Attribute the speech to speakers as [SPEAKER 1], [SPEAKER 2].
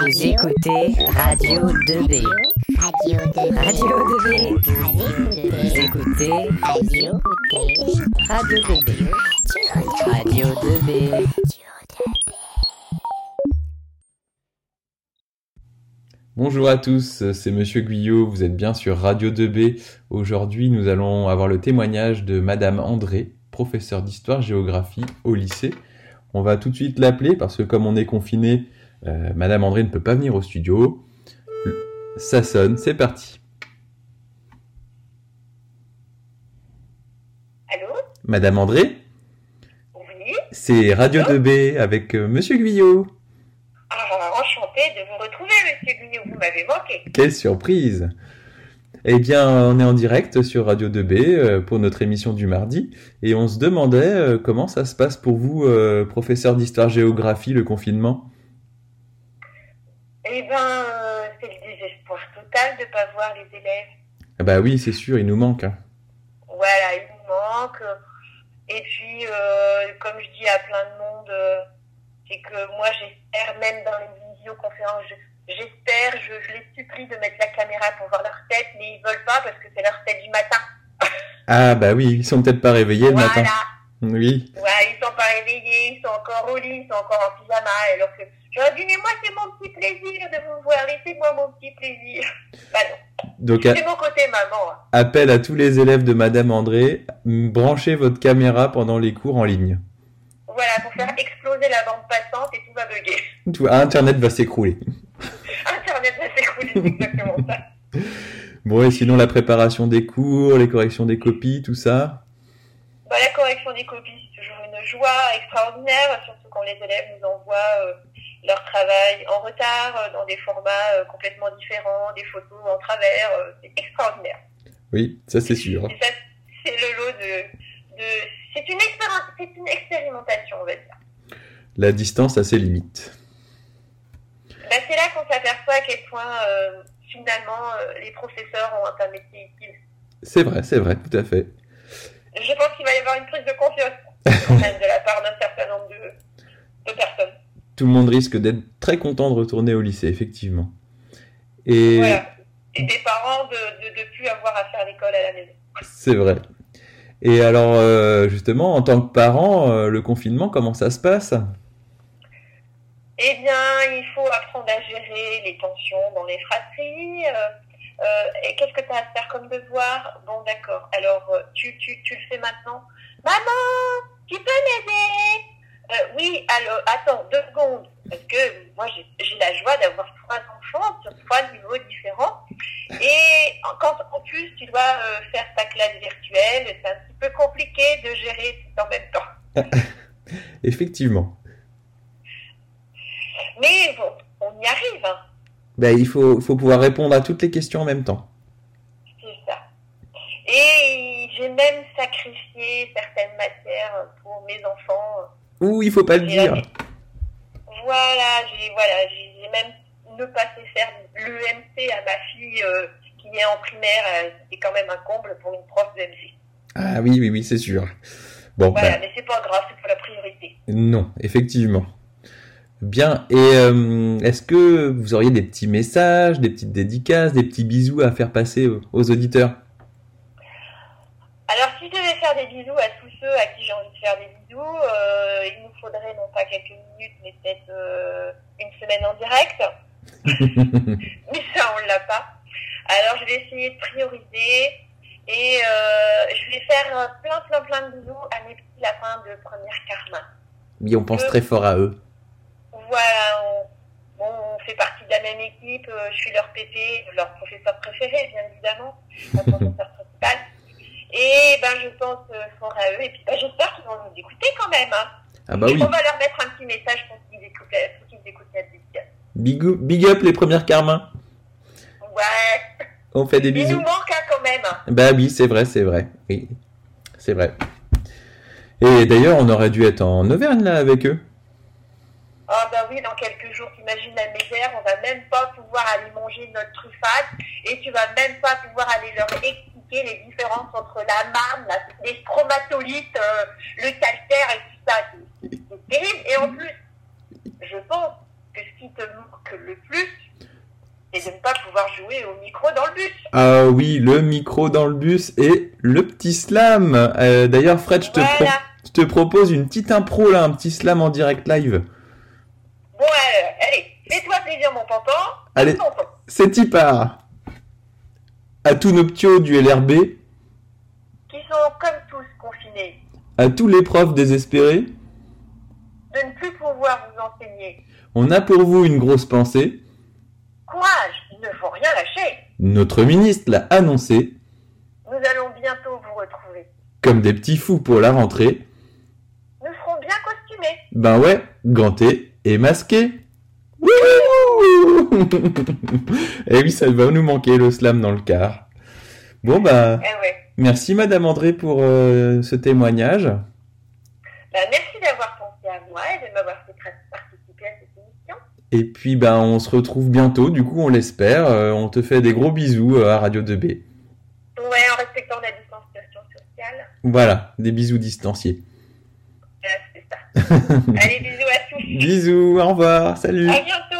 [SPEAKER 1] Vous écoutez Radio 2B.
[SPEAKER 2] Radio de
[SPEAKER 1] Radio 2B. Vous
[SPEAKER 2] Radio
[SPEAKER 1] écoutez
[SPEAKER 2] de Radio de
[SPEAKER 1] Radio 2B. Radio 2B.
[SPEAKER 3] Bonjour à tous, c'est Monsieur Guyot, vous êtes bien sur Radio 2B. Aujourd'hui, nous allons avoir le témoignage de Madame André, professeure d'histoire-géographie au lycée. On va tout de suite l'appeler parce que comme on est confiné, euh, Madame André ne peut pas venir au studio. Ça sonne, c'est parti.
[SPEAKER 4] Allô
[SPEAKER 3] Madame André,
[SPEAKER 4] Oui
[SPEAKER 3] c'est Radio 2B avec euh, Monsieur Guyot.
[SPEAKER 4] Ah, enchantée de vous retrouver, monsieur Guillaume. Vous m'avez manqué.
[SPEAKER 3] Quelle surprise Eh bien, on est en direct sur Radio 2B euh, pour notre émission du mardi et on se demandait euh, comment ça se passe pour vous, euh, professeur d'histoire-géographie, le confinement
[SPEAKER 4] Eh ben, euh, c'est le désespoir total de pas voir les élèves.
[SPEAKER 3] ah Bah oui, c'est sûr, il nous manque. hein.
[SPEAKER 4] Voilà, ils nous manquent. Et puis, euh, comme je dis à plein de monde, euh, c'est que moi, j'espère, même dans les visioconférences, je- j'espère, je, je les supplie de mettre la caméra pour voir leur tête, mais ils veulent pas parce que c'est leur tête du matin.
[SPEAKER 3] Ah bah oui, ils sont peut-être pas réveillés le
[SPEAKER 4] voilà.
[SPEAKER 3] matin. Oui.
[SPEAKER 4] Ouais, ils sont pas réveillés, ils sont encore au lit, ils sont encore en pyjama, alors que j'aurais dit, mais moi, c'est mon petit plaisir de vous voir, laissez-moi mon petit plaisir. Bah non,
[SPEAKER 3] Donc a-
[SPEAKER 4] c'est mon côté maman. hein.
[SPEAKER 3] appel à tous les élèves de Madame André, m- branchez votre caméra pendant les cours en ligne.
[SPEAKER 4] Voilà, pour faire exploser la bande passante et tout va bugger.
[SPEAKER 3] Tout- Internet va s'écrouler.
[SPEAKER 4] Internet va s'écrouler, c'est exactement ça.
[SPEAKER 3] Bon, et sinon la préparation des cours, les corrections des copies, tout ça
[SPEAKER 4] Bah, la correction des copies, c'est toujours une joie extraordinaire, surtout quand les élèves nous envoient euh, leur travail en retard, euh, dans des formats euh, complètement différents, des photos en travers, euh, c'est extraordinaire.
[SPEAKER 3] Oui, ça c'est sûr.
[SPEAKER 4] Et ça, c'est le lot de. de c'est une, expéri- c'est une expérimentation, on va dire.
[SPEAKER 3] La distance a ses limites.
[SPEAKER 4] Bah, c'est là qu'on s'aperçoit à quel point, euh, finalement, euh, les professeurs ont un métier utile.
[SPEAKER 3] C'est vrai, c'est vrai, tout à fait.
[SPEAKER 4] Je pense qu'il va y avoir une prise de confiance, quand même, de la part d'un certain nombre de, de personnes.
[SPEAKER 3] Tout le monde risque d'être très content de retourner au lycée, effectivement. Et
[SPEAKER 4] Voilà. Et des parents de ne plus avoir à faire l'école à la maison.
[SPEAKER 3] c'est vrai. Et alors, euh, justement, en tant que parent, euh, le confinement, comment ça se passe
[SPEAKER 4] Eh bien, il faut apprendre à gérer les tensions dans les fratries. euh, euh, et qu'est-ce que tu as à faire comme devoir Bon, d'accord. Alors, euh, tu, tu, tu le fais maintenant. Maman, tu peux m'aider Euh, Oui, alors, attends, deux secondes. Parce que moi, j'ai j'ai la joie d'avoir trois enfants sur trois niveaux différents. Et en- quand, en plus, tu dois euh, faire ta classe virtuelle, c'est un petit peu compliqué de gérer tout en même temps.
[SPEAKER 3] Effectivement.
[SPEAKER 4] Mais bon, on y arrive, hein.
[SPEAKER 3] Ben, il faut, faut pouvoir répondre à toutes les questions en même temps.
[SPEAKER 4] C'est ça. Et j'ai même sacrifié certaines matières pour mes enfants.
[SPEAKER 3] Ouh, il faut pas le
[SPEAKER 4] J'ai la-
[SPEAKER 3] dire.
[SPEAKER 4] Voilà, j'ai voilà, j'ai j'ai même ne pas fait faire l'EMC à ma fille euh, qui est en primaire. euh, C'est quand même un comble pour une prof de MC.
[SPEAKER 3] Ah oui, oui, oui, c'est sûr. Bon,
[SPEAKER 4] Voilà,
[SPEAKER 3] ben,
[SPEAKER 4] mais c'est pas grave, c'est pas la priorité.
[SPEAKER 3] non, effectivement. Bien, et euh, est-ce que vous auriez des petits messages, des petites dédicaces, des petits bisous à faire passer aux- aux auditeurs
[SPEAKER 4] Alors, si je devais faire des bisous à tous ceux à qui j'ai envie de faire des bisous, euh, il nous faudrait non pas quelques minutes, mais peut-être euh, une semaine en direct. mais ça on l'a pas. Alors je vais essayer de prioriser et euh, je vais faire euh, plein plein plein de bisous à mes petits lapins de première karma.
[SPEAKER 3] Oui, on pense très fort à eux.
[SPEAKER 4] Voilà, on, bon, on fait partie de la même équipe, euh, je suis leur pépé, leur professeur préféré bien évidemment, leur professeur principal. Et ben je pense euh, fort à eux et puis ben, j'espère qu'ils vont nous écouter quand même. hein.
[SPEAKER 3] Ah bah oui,
[SPEAKER 4] On va leur mettre un petit message pour qu'ils écoutent, la- pour qu'ils écoutent la dédicace.
[SPEAKER 3] big, ou- big up les premières carmins.
[SPEAKER 4] Ouais,
[SPEAKER 3] On fait des
[SPEAKER 4] ils nous
[SPEAKER 3] bisous.
[SPEAKER 4] manquent hein, quand même.
[SPEAKER 3] Bah oui, c'est vrai, c'est vrai. Oui, c'est vrai. Et d'ailleurs, on aurait dû être en Auvergne là avec eux.
[SPEAKER 4] Ah bah oui, dans quelques jours, t'imagines la misère, on va même pas pouvoir aller manger notre truffade et tu vas même pas pouvoir aller leur expliquer les différences entre la marne, la, les stromatolites, euh, le calcaire et tout ça. C'est c'est terrible. Et en plus, je pense que qui te manque le plus, c'est de ne pas pouvoir jouer au micro dans le bus.
[SPEAKER 3] Ah oui, le micro dans le bus et le petit slam. Euh, D'ailleurs, Fred, je te, pro-
[SPEAKER 4] Voilà.
[SPEAKER 3] je te propose une petite impro là, un petit slam en direct live.
[SPEAKER 4] Bon, alors, allez, fais-toi plaisir, mon pantan.
[SPEAKER 3] Allez.
[SPEAKER 4] Tonton.
[SPEAKER 3] C'est y part À tous nos ptios du LRB,
[SPEAKER 4] Qui sont comme tous confinés,
[SPEAKER 3] à tous les profs désespérés,
[SPEAKER 4] de ne plus pouvoir vous enseigner.
[SPEAKER 3] on a pour vous une grosse pensée.
[SPEAKER 4] Courage, il ne faut rien lâcher.
[SPEAKER 3] Notre ministre l'a annoncé,
[SPEAKER 4] Nous allons bientôt vous retrouver.
[SPEAKER 3] comme des petits fous pour la rentrée.
[SPEAKER 4] Nous serons bien costumés.
[SPEAKER 3] Ben ouais, ganté et masqué. Wouhou Eh oui, ça va nous manquer le slam dans le car. Bon bah,
[SPEAKER 4] Eh ouais.
[SPEAKER 3] merci Madame André pour euh, ce témoignage.
[SPEAKER 4] Bah, merci d'avoir pensé à moi et de m'avoir fait tra- participer à cette émission.
[SPEAKER 3] Et puis ben, on se retrouve bientôt, du coup on l'espère. Euh, on te fait des gros bisous euh, à Radio 2B.
[SPEAKER 4] Ouais, en respectant la distanciation sociale.
[SPEAKER 3] Voilà, des bisous distanciés.
[SPEAKER 4] Voilà, c'est ça. Bah, Allez, bisous à tous.
[SPEAKER 3] Bisous, au revoir, salut.
[SPEAKER 4] À bientôt.